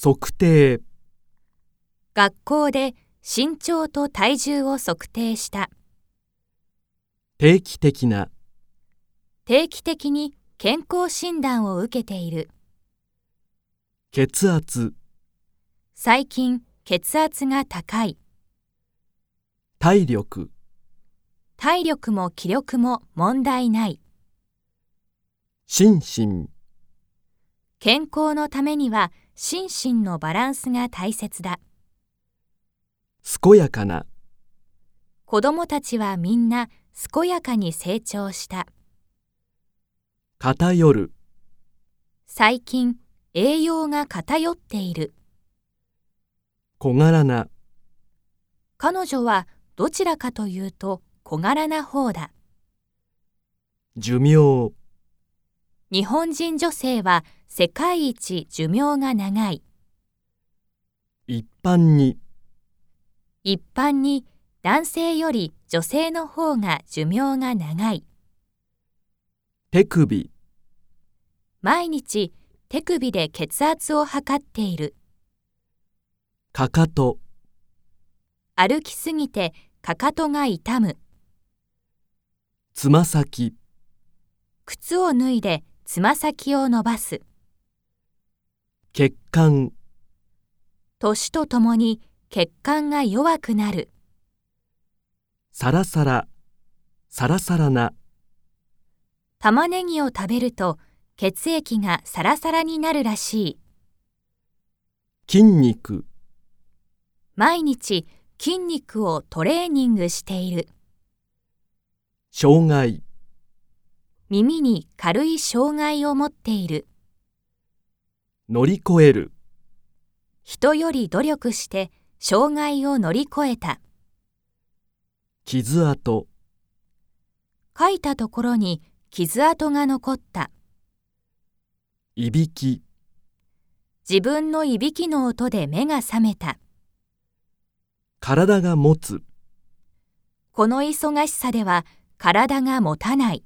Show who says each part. Speaker 1: 測定、
Speaker 2: 学校で身長と体重を測定した。
Speaker 1: 定期的な、
Speaker 2: 定期的に健康診断を受けている。
Speaker 1: 血圧、
Speaker 2: 最近、血圧が高い。
Speaker 1: 体力、
Speaker 2: 体力も気力も問題ない。
Speaker 1: 心身、
Speaker 2: 健康のためには心身のバランスが大切だ。
Speaker 1: 健やかな、
Speaker 2: 子供たちはみんな健やかに成長した。
Speaker 1: 偏る、
Speaker 2: 最近、栄養が偏っている。
Speaker 1: 小柄な、
Speaker 2: 彼女はどちらかというと小柄な方だ。
Speaker 1: 寿命、
Speaker 2: 日本人女性は世界一寿命が長い。
Speaker 1: 一般に、
Speaker 2: 一般に男性より女性の方が寿命が長い。
Speaker 1: 手首、
Speaker 2: 毎日手首で血圧を測っている。
Speaker 1: かかと、
Speaker 2: 歩きすぎてかかとが痛む。
Speaker 1: つま先、
Speaker 2: 靴を脱いでつま先を伸ばす。
Speaker 1: 血管、
Speaker 2: 年とともに血管が弱くなる。
Speaker 1: サラサラ、サラサラな、
Speaker 2: 玉ねぎを食べると血液がサラサラになるらしい。
Speaker 1: 筋肉、
Speaker 2: 毎日筋肉をトレーニングしている。
Speaker 1: 障害、
Speaker 2: 耳に軽い障害を持っている。
Speaker 1: 乗り越える、
Speaker 2: 人より努力して障害を乗り越えた。
Speaker 1: 傷跡、
Speaker 2: 書いたところに傷跡が残った。
Speaker 1: いびき、
Speaker 2: 自分のいびきの音で目が覚めた。
Speaker 1: 体が持つ。
Speaker 2: この忙しさでは体が持たない。